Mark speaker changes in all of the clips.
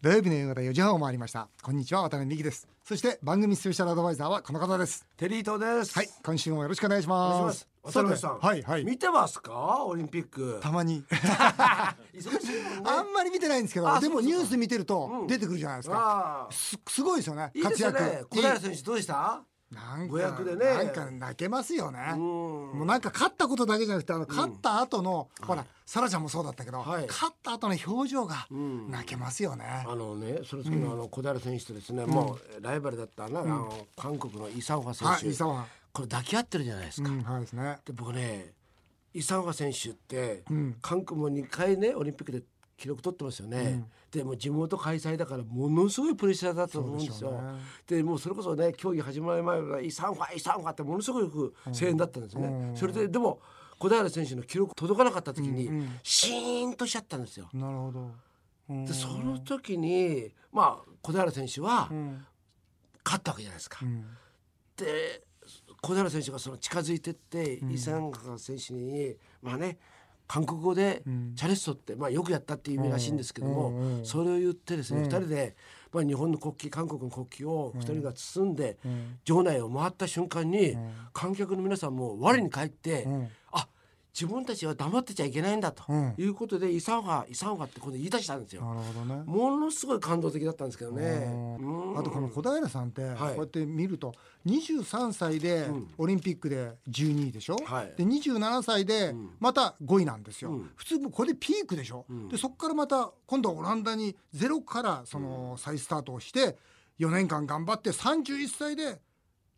Speaker 1: 土曜日の夕方4時半を回りましたこんにちは渡辺美希ですそして番組スペシャルアドバイザーはこの方です
Speaker 2: テリートです。
Speaker 1: はい今週もよろしくお願いし
Speaker 2: お願いし
Speaker 1: ま
Speaker 2: ますす。渡辺さん、
Speaker 1: てはいはい
Speaker 2: 見てますかオリンピ ック。
Speaker 1: た まに
Speaker 2: 忙しいもんね。
Speaker 1: あんまり見てないんですけど
Speaker 2: あ
Speaker 1: でも
Speaker 2: そう
Speaker 1: ニ
Speaker 2: そう
Speaker 1: ュース見てると出てくるじゃないですか
Speaker 2: ああ
Speaker 1: すすごいですよね
Speaker 2: いいで
Speaker 1: 活
Speaker 2: すよ
Speaker 1: 躍
Speaker 2: ね。小
Speaker 1: いい
Speaker 2: 平選手どうでした？
Speaker 1: なんか
Speaker 2: 500でね
Speaker 1: なんか泣けますよね
Speaker 2: うん。
Speaker 1: もうなんか勝ったことだけじゃなくてあの勝った後の、ほら沙羅ちゃんもそうだったけど、
Speaker 2: はい
Speaker 1: 勝った後の表情が
Speaker 2: ん
Speaker 1: 泣けますよね、
Speaker 2: あのね、それそのあの小平選手とですね、もうライバルだったな、あの韓国のイサンファ選
Speaker 1: はい
Speaker 2: 手、
Speaker 1: 伊沢は
Speaker 2: これ抱き合ってるじゃないです
Speaker 1: う
Speaker 2: か。
Speaker 1: んはいですね
Speaker 2: で僕ね、イサンファ選手って、
Speaker 1: ん
Speaker 2: 韓国も2回ねオリンピックで記録取ってますよね。でもう地元開催だからものすごいプレッシャーだったと思うんです
Speaker 1: そう
Speaker 2: よ。
Speaker 1: で
Speaker 2: で
Speaker 1: しょうね
Speaker 2: もうそれこそね競技始まる前はイサンファイサンファってものすごく声援だったんですね。
Speaker 1: うん
Speaker 2: それででも小平選手の記録届かなかった時に、
Speaker 1: うんうん
Speaker 2: シーンとしちゃったんですよ。
Speaker 1: なるほど、うん
Speaker 2: でその時にまあ小平選手は
Speaker 1: うん
Speaker 2: 勝ったわけじゃないですか。
Speaker 1: うん
Speaker 2: で小平選手がその近づいてって、イ・サンガ選手にまあね韓国語で
Speaker 1: ん
Speaker 2: チャレストって、まあ、よくやったっていう意味らしいんですけども、
Speaker 1: うんうん
Speaker 2: それを言ってですね、二2人で、まあ、日本の国旗韓国の国旗を2人が包んで、
Speaker 1: ん
Speaker 2: 場内を回った瞬間に、観客の皆さんも我に返って、
Speaker 1: ん
Speaker 2: あ自分たちは黙ってちゃいけないんだと
Speaker 1: うん
Speaker 2: いうことで、イ・サンガイ・サンガってこの言い出したんですよ。
Speaker 1: なるほどね
Speaker 2: ものすごい感動的だったんですけどね。うん
Speaker 1: あとこの小平さんってこう
Speaker 2: はい
Speaker 1: やって見ると23歳でオリンピックで12位でしょ、
Speaker 2: はい
Speaker 1: で27歳でまた5位なんですよ、
Speaker 2: うん
Speaker 1: 普通もうこれでピークでしょ、でそこからまた今度はオランダにゼロからその再スタートをして4年間頑張って31歳で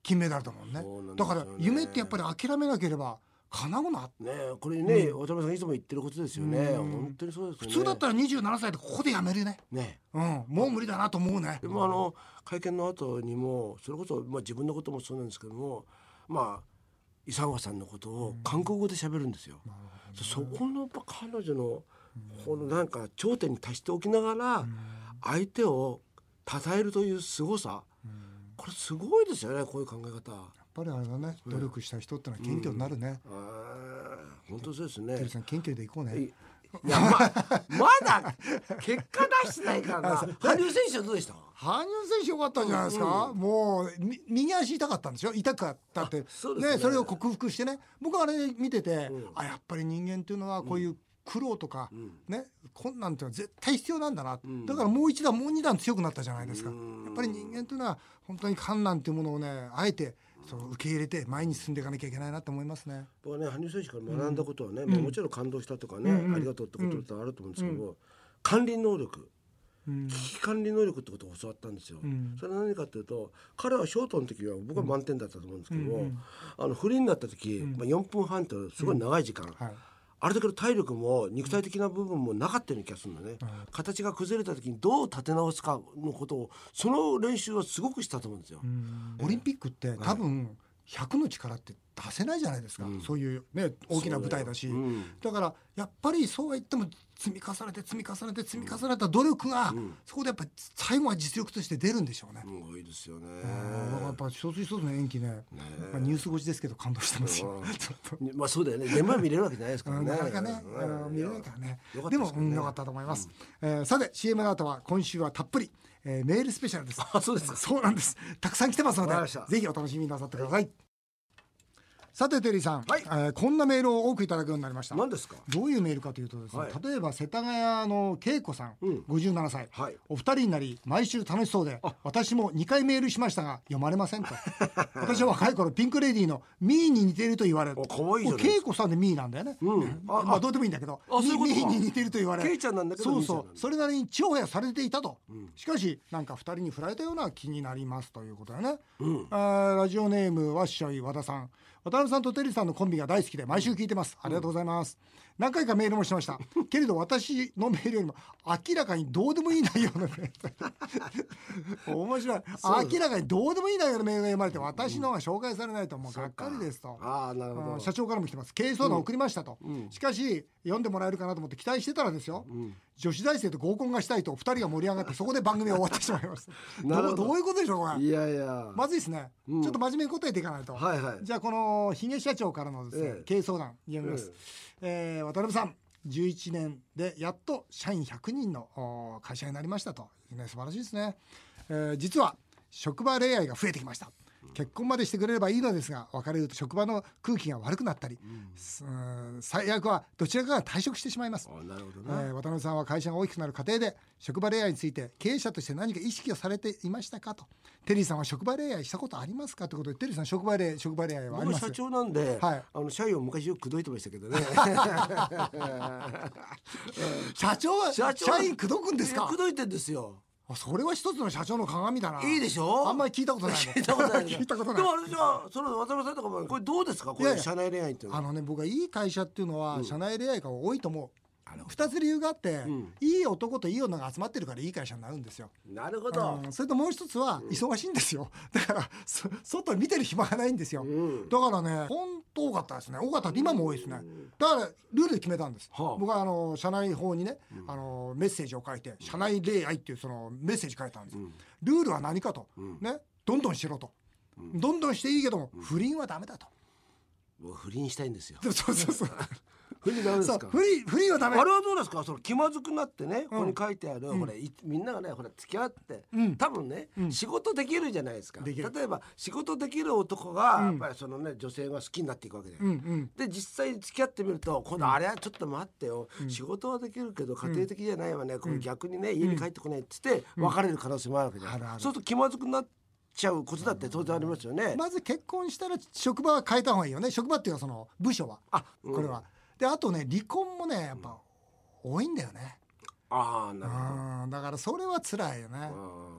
Speaker 1: 金メダルだもんね
Speaker 2: そうなんで
Speaker 1: だ
Speaker 2: す
Speaker 1: か
Speaker 2: よね
Speaker 1: ら夢ってやっぱり諦めなければ叶うな
Speaker 2: ねえこれね、渡辺さんいつも言ってることですよね、
Speaker 1: うん
Speaker 2: 本当にそうですよ
Speaker 1: 普
Speaker 2: ね
Speaker 1: 通だったら27歳でここでやめるね、
Speaker 2: ね
Speaker 1: うん、もう無理だなと思うね
Speaker 2: えでもあの会見の後にもそれこそ、まあ、自分のこともそうなんですけどもまあ伊佐川さんのことを韓国語で喋るんですよ、そこのやっぱ彼女のこのなんか頂点に達しておきながら相手を称えるという凄さこれすごいですよねこういう考え方
Speaker 1: やっぱりあれだね努力した人ってのは謙虚になるね、
Speaker 2: あー本当そうですね
Speaker 1: てるさん謙虚でいこうね
Speaker 2: いいやままだ結果出してないからな羽生選手はどうでした
Speaker 1: 羽生選手良かったんじゃないですか、もうみ右足痛かったんでしょ痛かったって
Speaker 2: あそうですね
Speaker 1: それを克服してね僕はあれ見てて、あやっぱり人間っていうのはこういう苦労とか、ね困難っていうのは絶対必要なんだな、だからもう一段もう二段強くなったじゃないですか、やっぱり人間というのは本当に困難っていうものをねあえてそう受け入れて前に進んでいかなきゃいけないなと思いますね。
Speaker 2: 僕はね羽生選手から学んだことはね、まあもちろん感動したとかね、ありがとうってことだってあると思うんですけども、管理能力
Speaker 1: うん
Speaker 2: 危機管理能力ってことを教わったんですよ、
Speaker 1: ん
Speaker 2: それは何かっていうと彼はショートの時は僕は満点だったと思うんですけども、あのフリーになった時、まあ、4分半ってすごい長い時間、
Speaker 1: はい
Speaker 2: あれだけど体力も肉体的な部分もなかったような気がするんだね、形が崩れた時にどう立て直すかのことをその練習はすごくしたと思うんですよ、
Speaker 1: オリンピックって多分100の力って出せないじゃないですか、そういう、ね、大きな舞台だしだ,、
Speaker 2: うん
Speaker 1: からやっぱりそうは言っても積み重ねて積み重ねて積み重ねた努力が、そこでやっぱり最後は実力として出るんでしょうね。
Speaker 2: すごいですよね
Speaker 1: うんだからやっぱ一つ一つの演技ね、まあ、ニュース越しですけど感動してますよ、 ちょっと。
Speaker 2: まあそうだよね全部は見れるわけじゃないですから
Speaker 1: うん
Speaker 2: ね
Speaker 1: なかなかね、
Speaker 2: うん
Speaker 1: あの見れないからね
Speaker 2: よか。った
Speaker 1: で
Speaker 2: で
Speaker 1: も、
Speaker 2: すけどね
Speaker 1: うんよかったと思います。えーさて、CM の後は今週はたっぷり、えーメールスペシャルです。
Speaker 2: あそうですか
Speaker 1: そうなんです。たくさん来てますので
Speaker 2: わかりました、
Speaker 1: ぜひお楽しみになさってください。さて、テリーさん、
Speaker 2: はい
Speaker 1: えーこんなメールを多くいただくようになりました。
Speaker 2: 何ですか
Speaker 1: どういうメールかというとですね、
Speaker 2: はい
Speaker 1: 例えば世田谷の恵子さん、
Speaker 2: うん
Speaker 1: 57歳、
Speaker 2: はい
Speaker 1: お二人になり毎週楽しそうで私も2回メールしましたが読まれません と私は若い頃ピンクレディーのミーに似ていると言われる
Speaker 2: お可愛いじゃないですか
Speaker 1: 恵子さんでミーなんだよね、
Speaker 2: うんあ
Speaker 1: まあどうでもいいんだけど
Speaker 2: あそういうこと
Speaker 1: ミ
Speaker 2: か
Speaker 1: ーに似ていると言われ
Speaker 2: ケイちゃんなんだけ
Speaker 1: そ
Speaker 2: ど
Speaker 1: う
Speaker 2: ミーち
Speaker 1: そ
Speaker 2: ゃんなん
Speaker 1: う
Speaker 2: だ
Speaker 1: それなりにちやされていたと、しかしなんか二人に振られたような気になりますということだよね、あーラジオネームわっしょい和田さん渡辺さんとテリーさんのコンビが大好きで毎週聞いてますありがとうございます、何回かメールもしました けれど私のメールよりも明らかにどうでもいい内容のメー ル面白い明らかにどうでもいい内容のメールが読まれて私のが紹介されないともうがっかりですと
Speaker 2: ああなるほ
Speaker 1: あ
Speaker 2: ど
Speaker 1: ー社長からも来てます経営相談送りましたと、
Speaker 2: うん
Speaker 1: しかし読んでもらえるかなと思って期待してたらですよ、女子大生と合コンがしたいと2人が盛り上がって そこで番組は終わってしまいます
Speaker 2: なるほど
Speaker 1: どうどういうことでしょうこれ
Speaker 2: いやいや
Speaker 1: まずいですね、
Speaker 2: うん
Speaker 1: ちょっと真面目に答えていかないと、
Speaker 2: はいはい
Speaker 1: じゃあこのヒゲ社長からのですね、
Speaker 2: ええ
Speaker 1: 経営相談読みます、えー渡辺さん11年でやっと社員100人のお会社になりましたと、ね、素晴らしいですね、えー実は職場恋愛が増えてきました結婚までしてくれればいいのですが別れると職場の空気が悪くなったり、すうーん最悪はどちらかが退職してしまいます
Speaker 2: あなるほど
Speaker 1: え
Speaker 2: な、
Speaker 1: ー渡辺さんは会社が大きくなる過程で職場恋愛について経営者として何か意識をされていましたかとテリーさんは職場恋愛したことありますかということでテリーさん職場恋愛職場恋愛はあり
Speaker 2: 僕
Speaker 1: ます
Speaker 2: 社長なんで、
Speaker 1: はい
Speaker 2: あの社員を昔よく口説いてましたけどね
Speaker 1: 社長は
Speaker 2: 社長
Speaker 1: 社員口説くんですか
Speaker 2: 口説いてんですよ
Speaker 1: あそれは一つの社長の鏡だない
Speaker 2: いいでしょ
Speaker 1: あんまり聞いたことないもん
Speaker 2: 聞いたことない
Speaker 1: 聞いたことない
Speaker 2: でもあれじゃあその渡辺さんとかもこれどうですかこ
Speaker 1: いや
Speaker 2: れ
Speaker 1: いや
Speaker 2: 社内恋愛っていうの
Speaker 1: あ
Speaker 2: は
Speaker 1: のね僕はいい会社っていうのは社内恋愛が多いと思う、
Speaker 2: なるほ
Speaker 1: 二つ理由があって、
Speaker 2: ん
Speaker 1: いい男といい女が集まってるからいい会社になるんですよ
Speaker 2: なるほど
Speaker 1: うんそれともう一つは忙しいんですよ、だからそ 外見てる暇がないんですよ、
Speaker 2: うん
Speaker 1: だからね本当多かったですね多かったって今も多いですねだからルールで決めたんです、
Speaker 2: はあ
Speaker 1: 僕はあの社内法にね、あのメッセージを書いて社内恋愛っていうそのメッセージ書いたんです、ルールは何かと、ねどんどんしろと、どんどんしていいけども、不倫はダメだと
Speaker 2: 僕不倫したいんですよ
Speaker 1: そうそうそう
Speaker 2: 不倫ダメで
Speaker 1: そ
Speaker 2: す
Speaker 1: う
Speaker 2: か
Speaker 1: 不倫不倫はダ
Speaker 2: あ
Speaker 1: メ
Speaker 2: れはどうですかその気まずくなってね、ここに書いてある、ほらいみんながねほら付き合って、
Speaker 1: うん
Speaker 2: 多分ね、仕事できるじゃないですか
Speaker 1: できる
Speaker 2: 例えば仕事できる男が、
Speaker 1: うん
Speaker 2: やっぱりそのね女性が好きになっていくわけで、
Speaker 1: うんうん
Speaker 2: で実際に付き合ってみると今度あれはちょっと待ってよ、仕事はできるけど家庭的じゃないわね、これ逆にね家に帰ってこないっつって別れる可能性もあるわけじゃない、
Speaker 1: あるある
Speaker 2: そうすると気まずくなっちゃうことだって当然ありますよね。
Speaker 1: まず結婚したら職場は変えた方がいいよね職場っていうかその部署は
Speaker 2: あ
Speaker 1: これは、であとね離婚もねやっぱ多いんだよね、
Speaker 2: ああなるほど。
Speaker 1: うん、だからそれは辛いよね
Speaker 2: あ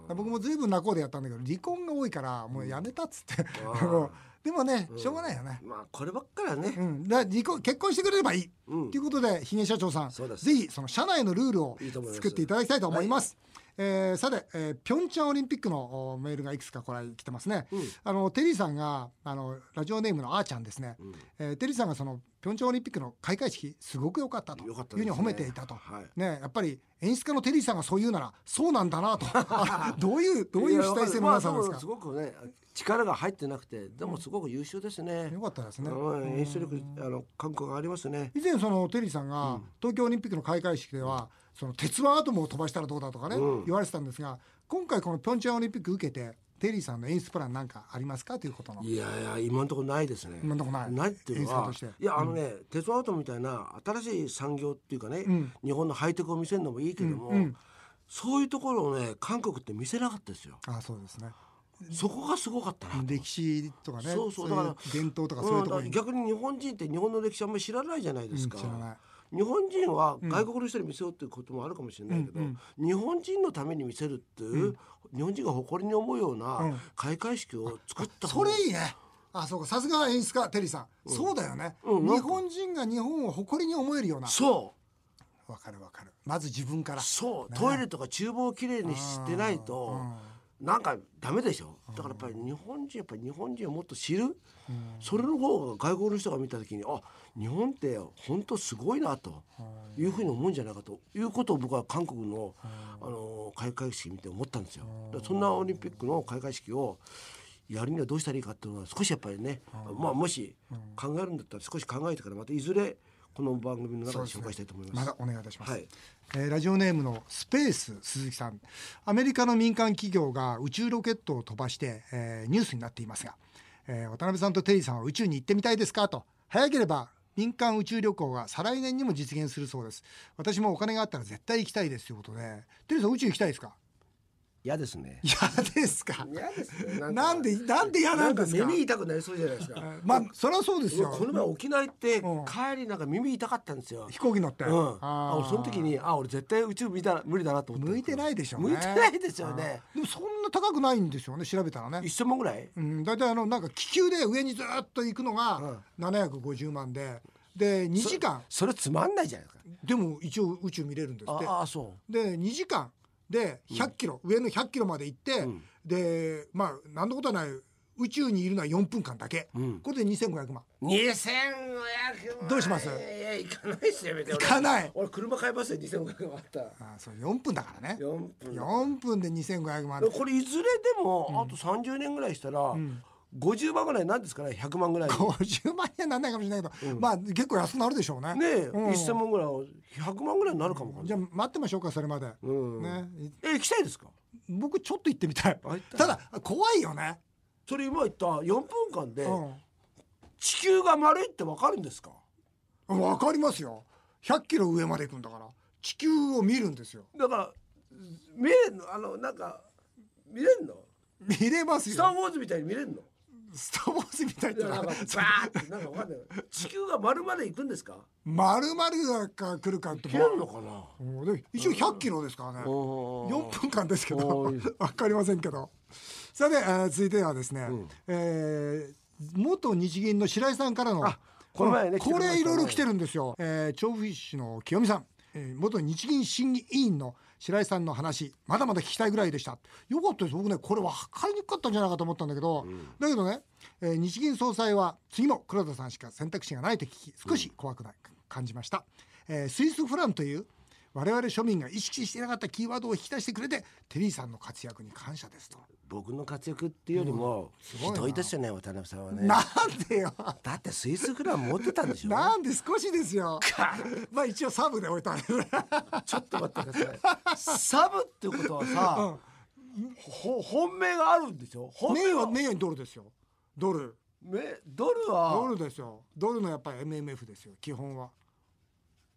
Speaker 2: ー
Speaker 1: 僕も随分仲人でやったんだけど離婚が多いからもうやめたっつって、
Speaker 2: うん
Speaker 1: もうでもねしょうがないよね、
Speaker 2: まあこればっかりは
Speaker 1: う
Speaker 2: ね、
Speaker 1: ん、だから離婚結婚してくれればいい、
Speaker 2: うん
Speaker 1: ということでひげ社長さん
Speaker 2: そうです
Speaker 1: ぜひその社内のルールを
Speaker 2: いいと思います
Speaker 1: 作っていただきたいと思います。えーさて、えー、ピョンチャンオリンピックのおメールがいくつかこれ来てますね、あのテリーさんがあのラジオネームのあーちゃんですね、えーテリーさんがそのピョンチャンオリンピックの開会式すごく良かったという
Speaker 2: 良かった
Speaker 1: ふ
Speaker 2: で
Speaker 1: う
Speaker 2: す
Speaker 1: に
Speaker 2: ね
Speaker 1: 褒めていたと、
Speaker 2: はい
Speaker 1: ね、やっぱり演出家のテリーさんがそう言うならそうなんだ なと あどういうどういう主体性のなさなんです
Speaker 2: ま
Speaker 1: か
Speaker 2: あ、すごくね力が入ってなくてでもすごく優秀ですね
Speaker 1: よ。かったですね、
Speaker 2: うん、演出力あの感覚がありますね。
Speaker 1: 以前そのテリーさんが東京オリンピックの開会式では、その鉄腕アトムを飛ばしたらどうだとかね、
Speaker 2: うん
Speaker 1: 言われてたんですが今回このピョンチャンオリンピック受けてテリーさんの演出プランなんかありますかということの
Speaker 2: いやいや今のところないですね。
Speaker 1: 今んとこない
Speaker 2: ないっていうの
Speaker 1: 演
Speaker 2: は
Speaker 1: 出家として
Speaker 2: いやあのね、鉄腕アトムみたいな新しい産業っていうかね、
Speaker 1: ん
Speaker 2: 日本のハイテクを見せるのもいいけども、
Speaker 1: うんうん
Speaker 2: そういうところをね韓国って見せなかったですよ。
Speaker 1: あそうですね
Speaker 2: そこがすごかったな。
Speaker 1: 歴史とかね
Speaker 2: そうそう
Speaker 1: い
Speaker 2: だ
Speaker 1: う
Speaker 2: から
Speaker 1: 伝統とかそういうところ
Speaker 2: うん
Speaker 1: に、
Speaker 2: 逆に日本人って日本の歴史あんまり知らないじゃないですか、
Speaker 1: うん知らない
Speaker 2: 日本人は外国の人に見せようっていうこともあるかもしれないけど、
Speaker 1: うん
Speaker 2: 日本人のために見せるっていう、日本人が誇りに思うよう
Speaker 1: うん
Speaker 2: な開会式を作った
Speaker 1: そ
Speaker 2: 方が
Speaker 1: れいいねあそうかさすが演出家テリーさん、そうだよね、
Speaker 2: うん
Speaker 1: 日本人が日本を誇りに思えるような
Speaker 2: そう
Speaker 1: わかるわかるまず自分から
Speaker 2: そう、
Speaker 1: ね
Speaker 2: トイレとか厨房をきれいにしてないと、なんかダメでしょだからやっぱり日本人やっぱり日本人をもっと知る、それの方が外国の人が見た時にあ日本って本当すごいなというふうに思うんじゃないかということを僕は韓国のあの開会式見て思ったんですよ。だからそんなオリンピックの開会式をやるにはどうしたらいいかっていうのは少しやっぱりね、まあ、もし考えるんだったら少し考えてからまたいずれこの番組の中で紹介したいと思います。
Speaker 1: まだお願いいたします、
Speaker 2: はい
Speaker 1: えーラジオネームのスペース鈴木さんアメリカの民間企業が宇宙ロケットを飛ばして、えーニュースになっていますが、えー渡辺さんとテリーさんは宇宙に行ってみたいですかと早ければ民間宇宙旅行が再来年にも実現するそうです私もお金があったら絶対行きたいですということでテリーさん宇宙行きたいですか
Speaker 2: 嫌ですね。
Speaker 1: 嫌ですか
Speaker 2: 嫌ですね。
Speaker 1: なんでなんで嫌なんですか
Speaker 2: なんか耳痛くなりそうじゃないですか。
Speaker 1: まあそれはそうですよ
Speaker 2: この前沖縄行って
Speaker 1: うん
Speaker 2: 帰りなんか耳痛かったんですよ。
Speaker 1: 飛行機乗って、
Speaker 2: うん、あ
Speaker 1: あー
Speaker 2: 俺その時にあ俺絶対宇宙見たら無理だなと思って
Speaker 1: 向いてないでしょうね
Speaker 2: 向いてないですよね
Speaker 1: でもそんな高くないんですよね調べたらね
Speaker 2: 1000万ぐらい
Speaker 1: うん、大体あのなんか気球で上にずーっと行くのが750万で、で2時間
Speaker 2: それつまんないじゃないですか
Speaker 1: でも一応宇宙見れるんですって
Speaker 2: ああそ
Speaker 1: で2時間で100キロ、上の100キロまで行って、でまあ何のことはない宇宙にいるのは4分間だけ、
Speaker 2: ん
Speaker 1: これで2500万
Speaker 2: う2500万
Speaker 1: どうします
Speaker 2: いやいや行かないですよ別に俺
Speaker 1: 行かない
Speaker 2: 俺車買いますよ2500万あったら
Speaker 1: あそう4分だからね
Speaker 2: 4分
Speaker 1: 4分で2500万
Speaker 2: これいずれでもあと30年ぐらいしたら、 50万ぐらいなんですかね100万ぐらいね
Speaker 1: 50万円なんないかもしれないけど、
Speaker 2: うん
Speaker 1: まあ結構安くなるでしょうね
Speaker 2: え、
Speaker 1: うん
Speaker 2: 1000万ぐらい100万ぐらいになるかもわかん
Speaker 1: じ
Speaker 2: な
Speaker 1: ゃ
Speaker 2: い
Speaker 1: あ待ってましょうかそれまで、
Speaker 2: うん
Speaker 1: ね
Speaker 2: え行きたいですか
Speaker 1: 僕ちょっと行ってみたい
Speaker 2: あ行った
Speaker 1: ただ怖いよね、
Speaker 2: それ今言った4分間で
Speaker 1: う
Speaker 2: 地球が丸いってわかるんですか
Speaker 1: ん、わかりますよ100キロ上まで行くんだから地球を見るんですよ
Speaker 2: だから見えんのあのなんか見れんの
Speaker 1: 見れます
Speaker 2: スター・
Speaker 1: よ
Speaker 2: ウォーズみたいに見れんの
Speaker 1: スター・ウォーズみたいっ
Speaker 2: い
Speaker 1: て
Speaker 2: や
Speaker 1: な
Speaker 2: なんん
Speaker 1: か
Speaker 2: かバーってなんかわかんない地球が丸まで行くんですか
Speaker 1: 丸々が来るかって
Speaker 2: 切れるのかな
Speaker 1: うんで一応100キロですからね
Speaker 2: おー
Speaker 1: 4分間ですけ
Speaker 2: お
Speaker 1: ど
Speaker 2: ーいい
Speaker 1: わかりませんけどさて、えー続いてはですね、
Speaker 2: ん
Speaker 1: えー元日銀の白井さんからの
Speaker 2: あこの前ね
Speaker 1: これ
Speaker 2: 来て
Speaker 1: い
Speaker 2: くれましたね
Speaker 1: ろいろ来てるんですよ、えー、調布市の清美さん、えー元日銀審議委員の白井さんの話まだまだ聞きたいぐらいでしたよかったです僕ねこれ分かりにくかったんじゃないかと思ったんだけど、だけどね、えー日銀総裁は次も黒田さんしか選択肢がないと聞き少し怖くない、感じました、えースイスフランという我々庶民が意識していなかったキーワードを引き出してくれてテリーさんの活躍に感謝ですと、
Speaker 2: 僕の活躍っていうよりも
Speaker 1: すごい
Speaker 2: ひ
Speaker 1: な
Speaker 2: どいですよね渡辺さんはね
Speaker 1: なんでよ
Speaker 2: だってスイスフラン持ってたんでしょ
Speaker 1: なんで少しですよまあ一応サブで置いたんです
Speaker 2: ちょっと待ってくださいサブってことはさ、ほ本命があるんでしょ本
Speaker 1: 名
Speaker 2: 命
Speaker 1: は
Speaker 2: は、
Speaker 1: 名はドルですよドル
Speaker 2: めドル
Speaker 1: ド
Speaker 2: は
Speaker 1: ルですよドルのやっぱり MMF ですよ基本は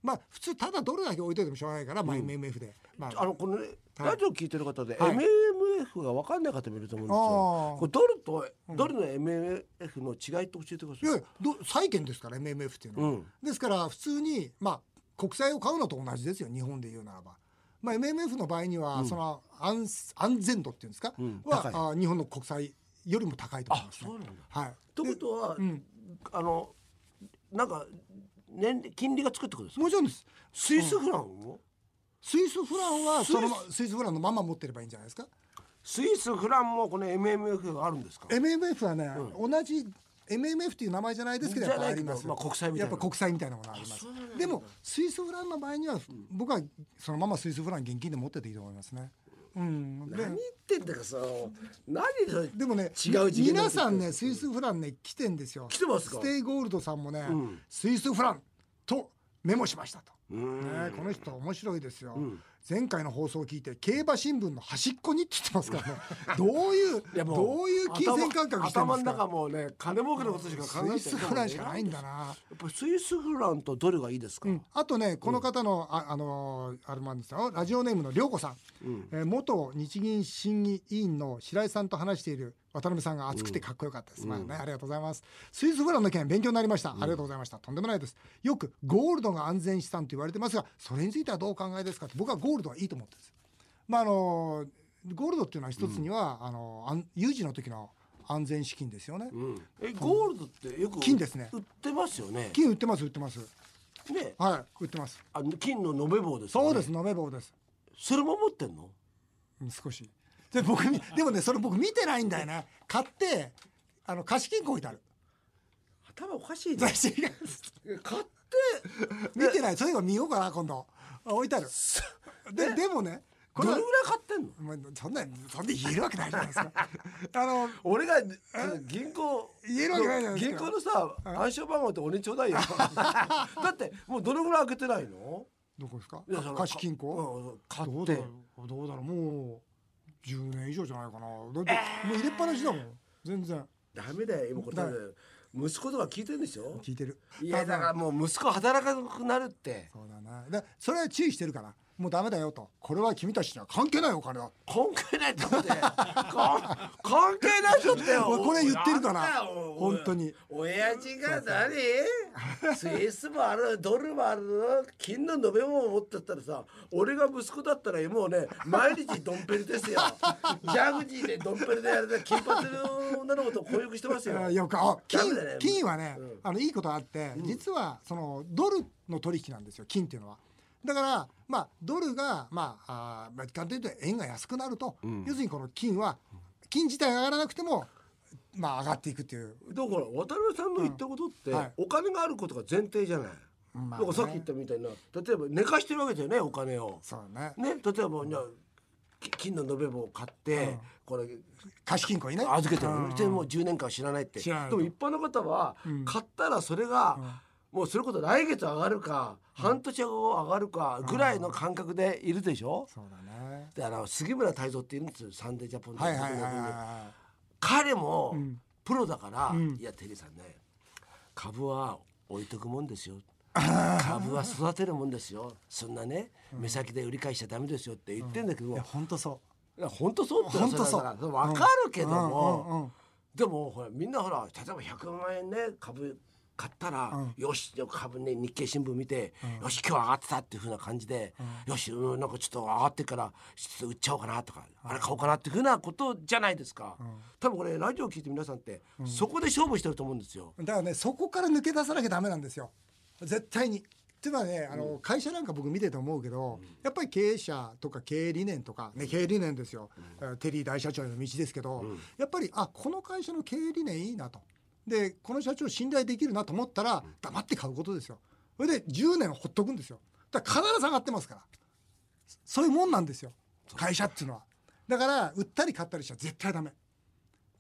Speaker 1: まあ普通ただドルだけ置いといてもしょうがないから、まあ MMF で、まあ
Speaker 2: あのこのねラジオ聞いてる方で、
Speaker 1: はい
Speaker 2: MMF が分かんない方もいると思うんですよ
Speaker 1: あー
Speaker 2: これドルと、ドルの MMF の違いって教えてくださ
Speaker 1: い
Speaker 2: い
Speaker 1: やいやど債券ですから MMF っていうのは、
Speaker 2: うん
Speaker 1: ですから普通にまあ国債を買うのと同じですよ日本で言うならば。まあ、MMF の場合には、その安安全度っていうんですか、
Speaker 2: うん高い
Speaker 1: はあ日本の国債よりも高いと思い
Speaker 2: あ
Speaker 1: ます、ね
Speaker 2: そうなんだ
Speaker 1: はい、
Speaker 2: ということは、あのなんか年利金利がつくってことですか
Speaker 1: もちろんです
Speaker 2: スイスフランを、
Speaker 1: スイスフランは
Speaker 2: スイス
Speaker 1: そのまスイスフランのまま持ってればいいんじゃないですか
Speaker 2: スイスフランもこの MMF があるんですか
Speaker 1: MMF はね、同じ MMF っていう名前じゃないですけど
Speaker 2: じ
Speaker 1: や
Speaker 2: ゃ
Speaker 1: っぱ
Speaker 2: ない
Speaker 1: あ
Speaker 2: け
Speaker 1: り
Speaker 2: ど
Speaker 1: ますよ、
Speaker 2: まあ国債みたいな
Speaker 1: やっぱ国債みたいなものありま
Speaker 2: あ
Speaker 1: す
Speaker 2: そうなんだ
Speaker 1: でもスイスフランの場合には僕はそのままスイスフラン現金で持ってていいと思いますねうんで
Speaker 2: 何言ってんだかさ何それ
Speaker 1: でもね
Speaker 2: 違う次元の
Speaker 1: 皆さんねスイスフランね来てんですよ
Speaker 2: 来てますか
Speaker 1: ステイゴールドさんもね、
Speaker 2: ん
Speaker 1: スイスフランとメモしましたと、
Speaker 2: うん
Speaker 1: ね、この人面白いですよ、
Speaker 2: ん
Speaker 1: 前回の放送を聞いて競馬新聞の端っこにって言ってますからね どういうどういう金銭感覚してるん
Speaker 2: 頭頭
Speaker 1: です
Speaker 2: の
Speaker 1: か
Speaker 2: 中もうね金儲けのことしか考えて
Speaker 1: スイスフランしかないんだな
Speaker 2: やっぱりスイスフランとドルがいいですか、
Speaker 1: あとねこの方の、ああのーあれもあるんですよラジオネームの涼子さん、えー元日銀審議委員の白井さんと話している渡辺さんが熱くてかっこよかったです、まあね、ありがとうございますスイスフランの件勉強になりました、ありがとうございましたとんでもないですよくゴールドが安全資産と言われてますがそれについてはどうお考えですかって僕はゴールドはいいと思ってるんですまああのーゴールドっていうのは一つには、あのーあん有事の時の安全資金ですよね、
Speaker 2: えゴールドってよく
Speaker 1: 金ですね
Speaker 2: 売ってますよね
Speaker 1: 金売ってます売ってます
Speaker 2: ね
Speaker 1: はい売ってます
Speaker 2: あの金の延べ棒ですよね
Speaker 1: そうです飲め棒です
Speaker 2: それも持ってんの
Speaker 1: うん少しで僕にでもねそれ僕見てないんだよね買ってあの貸金庫置いてある
Speaker 2: 頭お かしいね
Speaker 1: 雑誌が
Speaker 2: 買って
Speaker 1: 見てないそういえば見ようかな今度あ置いてあるででもねこ
Speaker 2: どれ
Speaker 1: れ
Speaker 2: ぐ
Speaker 1: は
Speaker 2: らい買ってんの
Speaker 1: まあそんなそんな言えるわけないじゃないですかあの
Speaker 2: 俺が銀行
Speaker 1: 言えるわけないじゃないです
Speaker 2: 銀
Speaker 1: か
Speaker 2: 行のさ暗証番号って俺にちょうだいよ だってもうどれぐらい開けてないの
Speaker 1: どこですか
Speaker 2: いやその
Speaker 1: 貸金庫
Speaker 2: うん買
Speaker 1: ど
Speaker 2: っ
Speaker 1: うだ
Speaker 2: て
Speaker 1: ろうどうだろうもう10年以上じゃないかなだってもう入れっぱなしだもん全然
Speaker 2: ダメだよ今これ多分息子とか聞いてるんでしょ
Speaker 1: 聞いてる
Speaker 2: いや
Speaker 1: 多分
Speaker 2: だからもう息子働かなくなるって
Speaker 1: そうだなだそれは注意してるからもうダメだよとこれは君たちには関係ないお金だ
Speaker 2: 関係ないだってか関係ないだって
Speaker 1: 俺 これ言ってるから
Speaker 2: なんだよ
Speaker 1: 本当に
Speaker 2: お親父が何スイスもあるドルもある金の延べ物を持ってったらさ俺が息子だったらもうね毎日ドンペリで すよジャグジーでドンペリでやれた金髪の女の子と婚約してますよ
Speaker 1: あ よくあ金
Speaker 2: ダメだね
Speaker 1: 金はね、
Speaker 2: うん
Speaker 1: あのいいことあって、実はそのドルの取引なんですよ金っていうのは。だからまあドルがまああーまあ簡単に言うと円が安くなると、要するにこの金は金自体が上がらなくてもまあ上がっていくっていう。
Speaker 2: だから渡辺さんの言ったことって、
Speaker 1: うんはい
Speaker 2: お金があることが前提じゃない、
Speaker 1: まあ
Speaker 2: だからさっき言ったみたいな例えば寝かしてるわけだよねお金を
Speaker 1: そうだね。
Speaker 2: ね例えばじゃあき金の延べ棒を買って、
Speaker 1: うん
Speaker 2: これ
Speaker 1: 貸金庫にね
Speaker 2: 預けてる
Speaker 1: うん
Speaker 2: のでもう10年間知らないって
Speaker 1: 知
Speaker 2: で
Speaker 1: らない
Speaker 2: も一般の方は
Speaker 1: うん
Speaker 2: 買ったらそれが、もうそれこそ来月上がるか、半年後上がるかぐらいの感覚でいるでしょ、
Speaker 1: そうだね
Speaker 2: であの杉村太蔵っているんですよサンデージャポンの
Speaker 1: はいはいはい
Speaker 2: 僕
Speaker 1: はい
Speaker 2: の
Speaker 1: は
Speaker 2: 彼も
Speaker 1: ん
Speaker 2: プロだから、
Speaker 1: ん
Speaker 2: いやテリーさんね株は置いとくもんですよ株は育てるもんですよそんなね目先で売り買いしちゃダメですよって言ってんだけど、
Speaker 1: いい
Speaker 2: い
Speaker 1: や本当そ
Speaker 2: や本当そうって
Speaker 1: 本当そう
Speaker 2: れはだからわかるけ
Speaker 1: う
Speaker 2: ども、
Speaker 1: うんうんうん
Speaker 2: でもほらみんなほら例えば100万円ね株買ったら、よしでも株ね日経新聞見て、よし今日上がってたっていうふうな感じで、よしうんなんかちょっと上がってからちょっと売っちゃおうかなとか、あれ買おうかなっていうふうなことじゃないですか、多分これラジオ聞いて皆さんって、そこで勝負してると思うんですよ。
Speaker 1: だからねそこから抜け出さなきゃダメなんですよ絶対に。っていうのはねあの、会社なんか僕見てて思うけど、やっぱり経営者とか経営理念とか、ね、経営理念ですよ、えーテリー大社長への道ですけど、やっぱりあこの会社の経営理念いいなとでこの社長信頼できるなと思ったら黙って買うことですよそれで10年ほっとくんですよだから必ず上がってますからそそういうもんなんですよ会社っていうのはだから売ったり買ったりしたら絶対ダメ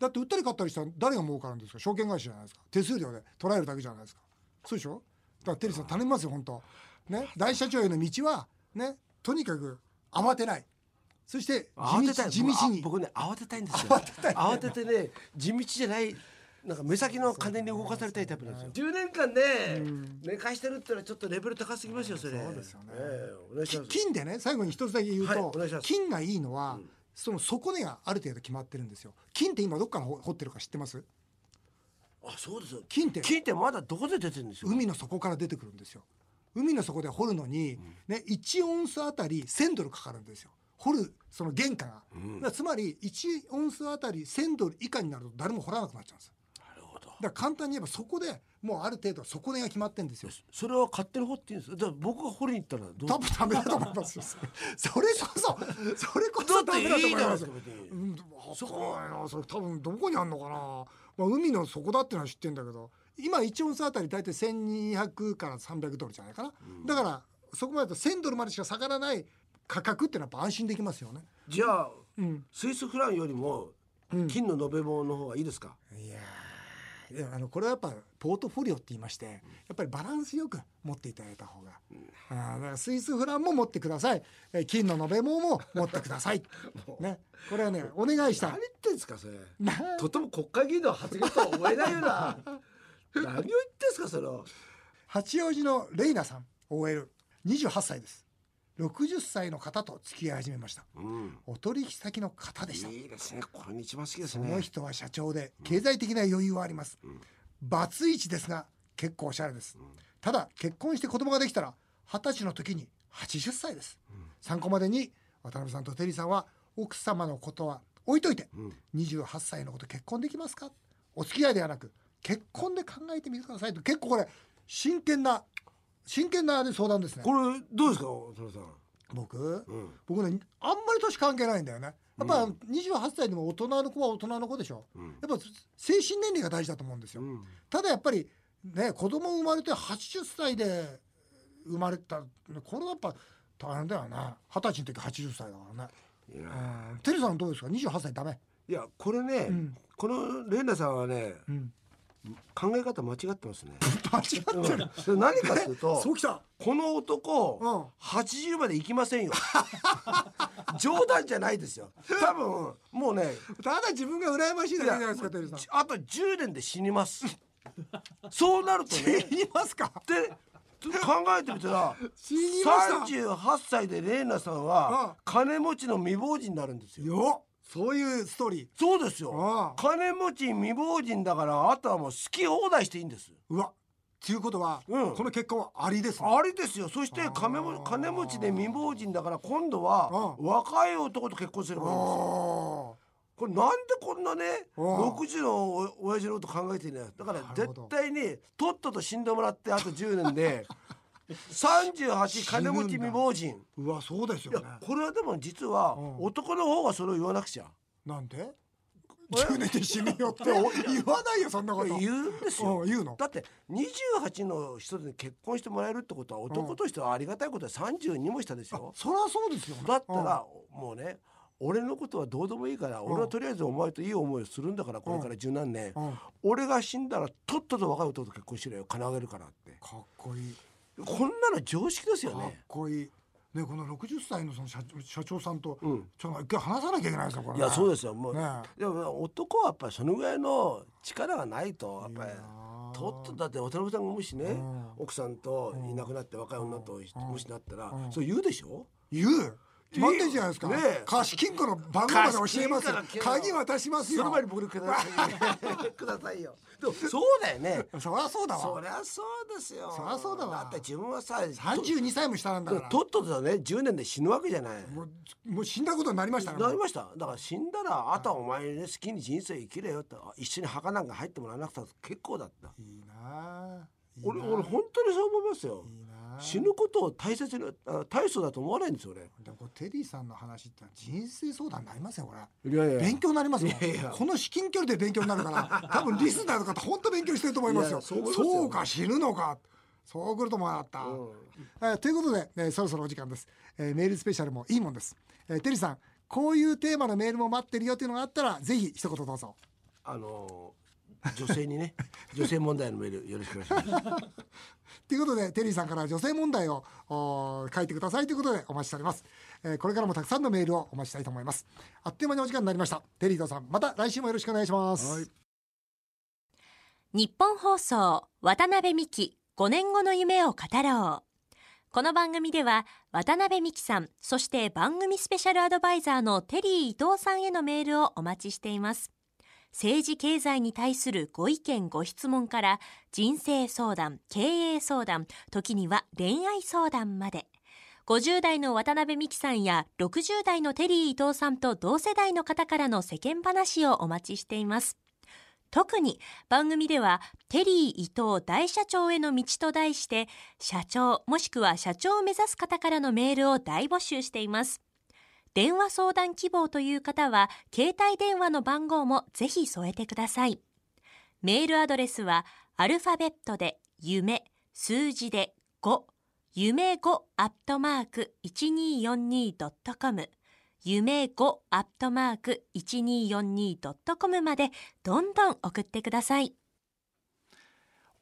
Speaker 1: だって売ったり買ったりしたら誰が儲かるんですか証券会社じゃないですか手数料で捉えるだけじゃないですかそうでしょだからテリーさん頼みますよ本当ね大社長への道はねとにかく慌てないそして
Speaker 2: 慌て
Speaker 1: 地
Speaker 2: た
Speaker 1: 道
Speaker 2: い
Speaker 1: 地道に
Speaker 2: 僕僕ね慌てたいんですよ慌ててね地道じゃないなんか目先の金に動かされたいタイプなんですよ10年間ね、ね返してるってのはちょっとレベル高すぎますよそれそうですよね、ええお願いします
Speaker 1: 金でね最後に一つだけ言う
Speaker 2: はい
Speaker 1: と
Speaker 2: お、願いします
Speaker 1: 金がいいのは、その底値がある程度決まってるんですよ金って今どっから掘ってるか知ってます
Speaker 2: あそうですよ
Speaker 1: 金って
Speaker 2: 金ってまだどこで出てるんですよ
Speaker 1: 海の底から出てくるんですよ海の底で掘るのに、ね、1オンスあたり1000ドルかかるんですよ掘るその原価が、だからつまり1オンスあたり1000ドル以下になると誰も掘らなくなっちゃうんです
Speaker 2: なるほど
Speaker 1: だから簡単に言えばそこでもうある程度底値が決まってるんですよ
Speaker 2: それは勝手に掘っていいんですだから僕が掘りに行ったらどう
Speaker 1: 多分ダメだと思いますよそれこそそれこそダ
Speaker 2: だって
Speaker 1: メだと
Speaker 2: い
Speaker 1: 思
Speaker 2: い
Speaker 1: い
Speaker 2: じゃない
Speaker 1: ま
Speaker 2: ですす
Speaker 1: よ
Speaker 2: か別に
Speaker 1: うん、そこはなそれ多分どこにあんのかな、まあ、海の底だってのは知ってんだけど今1オンスあたり大体1200から300ドルじゃないかな、だからそこまでだと1000ドルまでしか下がらない価格ってのはやっぱ安心できますよね
Speaker 2: じゃあ、
Speaker 1: ん
Speaker 2: スイスフランよりも金の延べ棒の方がいいです か、
Speaker 1: いやーいやあのこれはやっぱポートフォリオって言いましてやっぱりバランスよく持っていただいた方が、あーだからスイスフランも持ってくださいえー金の延べ棒も持ってください、ね、これはねお願いした
Speaker 2: 何言ってんですかそれ
Speaker 1: な
Speaker 2: とても国会議員の発言とは思えないよう な何を言ってんですかそれ
Speaker 1: 八王子のレイナさん OL28 歳です60歳の方と付き合い始めました
Speaker 2: うん
Speaker 1: お取引先の方でした
Speaker 2: いいですねこれ一番好きです
Speaker 1: この
Speaker 2: ね
Speaker 1: 人は社長で経済的な余裕はあります、バツイチですが結構おしゃれです、ただ結婚して子供ができたら二十歳の時に80歳です、参考までに渡辺さんとテリーさんは奥様のことは置いといて、28歳のこと結婚できますかお付き合いではなく結婚で考えてみてくださいと結構これ真剣な真剣なあれ相談ですね
Speaker 2: これどうですか渡辺さん
Speaker 1: 僕、僕ねあんまり年関係ないんだよねやっぱ28歳でも大人の子は大人の子でしょ、やっぱ精神年齢が大事だと思うんですよ、ただやっぱりね子供生まれて80歳で生まれたこれはやっぱ大変だよね二十歳の時80歳だからね
Speaker 2: いや
Speaker 1: うんテリーさんどうですか28歳ダメ
Speaker 2: いやこれね、このレンダさんはね、
Speaker 1: ん
Speaker 2: 考え方間違ってます ね
Speaker 1: 間違ってる
Speaker 2: それ何かっていうと
Speaker 1: そうきた
Speaker 2: この男、
Speaker 1: うん
Speaker 2: 80まで行きませんよ冗談じゃないですよ多分もうね
Speaker 1: ただ自分が羨ましいだけじゃないですかテリーさん
Speaker 2: じあと10年で死 にますそうなるとね
Speaker 1: 言いますか
Speaker 2: で考えてみたら
Speaker 1: 死にました
Speaker 2: 38歳でレイナさんは
Speaker 1: う
Speaker 2: 金持ちの未亡人になるんですよ
Speaker 1: よそういうストーリー
Speaker 2: そうですよ
Speaker 1: ああ
Speaker 2: 金持ち未亡人だからあとはもう好き放題していいんです
Speaker 1: うわっていうことは、
Speaker 2: うん
Speaker 1: この結果はありですね
Speaker 2: あれですよそして金も金持ちで未亡人だから今度は
Speaker 1: う
Speaker 2: 若い男と結婚すればいいんですよ
Speaker 1: お
Speaker 2: これなんでこんなね
Speaker 1: うん
Speaker 2: 60のお親父のこと考えてんだよだから
Speaker 1: なる
Speaker 2: 絶
Speaker 1: ほど
Speaker 2: 対にとっとと死んでもらってあと10 年で38金持ち未亡人
Speaker 1: ーうわそうです
Speaker 2: いや
Speaker 1: よね
Speaker 2: これはでも実は
Speaker 1: うん
Speaker 2: 男の方がそれを言わなくちゃ
Speaker 1: なんで10年で死ぬよって
Speaker 2: いや
Speaker 1: 言
Speaker 2: お
Speaker 1: わないよそんなこと
Speaker 2: 言うんです
Speaker 1: う
Speaker 2: よ
Speaker 1: ん言うの
Speaker 2: だって28の人で結婚してもらえるってことは男としてはありがたいことは32も下です
Speaker 1: あ
Speaker 2: よ
Speaker 1: そりゃそうですよね
Speaker 2: だったらもうね俺のことはどうでもいいから俺はとりあえずお前といい思いをするんだからこれから十何年
Speaker 1: うん
Speaker 2: 俺が死んだらとっとと若い男と結婚しろよ金あげるからって
Speaker 1: かっこいい
Speaker 2: こんなの常識ですよ
Speaker 1: かっ
Speaker 2: ね
Speaker 1: こいいねこの60歳のその社社長さんと、
Speaker 2: ん
Speaker 1: ちょっと一回話さなきゃいけないですよこれ、
Speaker 2: いやそう
Speaker 1: で
Speaker 2: ですよもう
Speaker 1: ね
Speaker 2: でも男はやっぱりそのぐらいの力がないとやっぱり
Speaker 1: いやー
Speaker 2: とっとだって渡辺さんがもしね、
Speaker 1: ん
Speaker 2: 奥さんといなくなって若い女
Speaker 1: ん
Speaker 2: ともしなったら、
Speaker 1: うん
Speaker 2: それ言うでしょ
Speaker 1: 言う決まってんじゃないですか、
Speaker 2: ねえ
Speaker 1: 貸金庫の番号まで教えます
Speaker 2: 貸金庫の件を
Speaker 1: 鍵渡します
Speaker 2: その
Speaker 1: よ
Speaker 2: 前に僕にくださ いくださいよでもそうだよね
Speaker 1: そりゃそうだ
Speaker 2: そ
Speaker 1: わ
Speaker 2: りゃそうですよ
Speaker 1: そりゃそうだわ
Speaker 2: だって自分はさ
Speaker 1: 32歳も下なんだから
Speaker 2: ととっととね10年で死ぬわけじゃない
Speaker 1: もうもう死んだことになりましたね
Speaker 2: なりましただから死んだらあとはお前ね好きに人生生きれよってあ一緒に墓なんか入ってもらわなくたって結構だった
Speaker 1: いいなあいいな
Speaker 2: 俺俺本当にそう思いますよ
Speaker 1: いいなあ
Speaker 2: 死ぬことを大切にあ大層だと思わないんですよ俺
Speaker 1: でもこうテリーさんの話ってのは人生相談になりますよこれ
Speaker 2: いやいや
Speaker 1: 勉強になりますよ
Speaker 2: いやいや
Speaker 1: この至近距離で勉強になる から多分リスナーの方本当勉強してると思います
Speaker 2: いやい
Speaker 1: よ
Speaker 2: やそう思いますよ
Speaker 1: そうか死ぬのかそう来ると思わなかった、えーということで、えーそろそろお時間です、えーメールスペシャルもいいもんです、えーテリーさんこういうテーマのメールも待ってるよっていうのがあったらぜひ一言どうぞ
Speaker 2: あの女性に ね女性問題のメールよろしくお願いします
Speaker 1: ということでテリーさんから女性問題をおー書いてくださいということでお待ちしております、えーこれからもたくさんのメールをお待ちしたいと思いますあっという間にお時間になりましたテリーとさんまた来週もよろしくお願いします、
Speaker 3: 日本放送渡辺美希5年後の夢を語ろうこの番組では渡辺美希さんそして番組スペシャルアドバイザーのテリー伊藤さんへのメールをお待ちしています政治経済に対するご意見ご質問から人生相談経営相談時には恋愛相談まで50代の渡辺美希さんや60代のテリー伊藤さんと同世代の方からの世間話をお待ちしています特に番組ではテリー伊藤大社長への道と題して社長もしくは社長を目指す方からのメールを大募集しています電話相談希望という方は携帯電話の番号もぜひ添えてくださいメールアドレスはアルファベットで夢数字で5夢5アットマーク 1242.com 夢5アットマーク 1242.com までどんどん送ってください。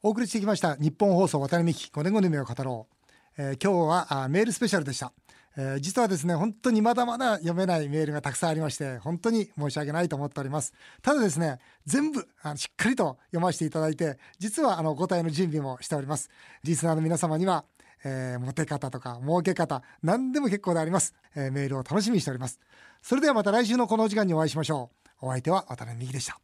Speaker 1: お送りしてきました日本放送渡辺美希5年後の夢を語ろう、えー今日はあメールスペシャルでした、えー実はですね本当にまだまだ読めないメールがたくさんありまして本当に申し訳ないと思っておりますただですね全部あのしっかりと読ませていただいて実はあのお答えの準備もしておりますリスナーの皆様にはえーモテ方とか儲け方何でも結構であります、えーメールを楽しみにしておりますそれではまた来週のこのお時間にお会いしましょうお相手は渡辺美希でした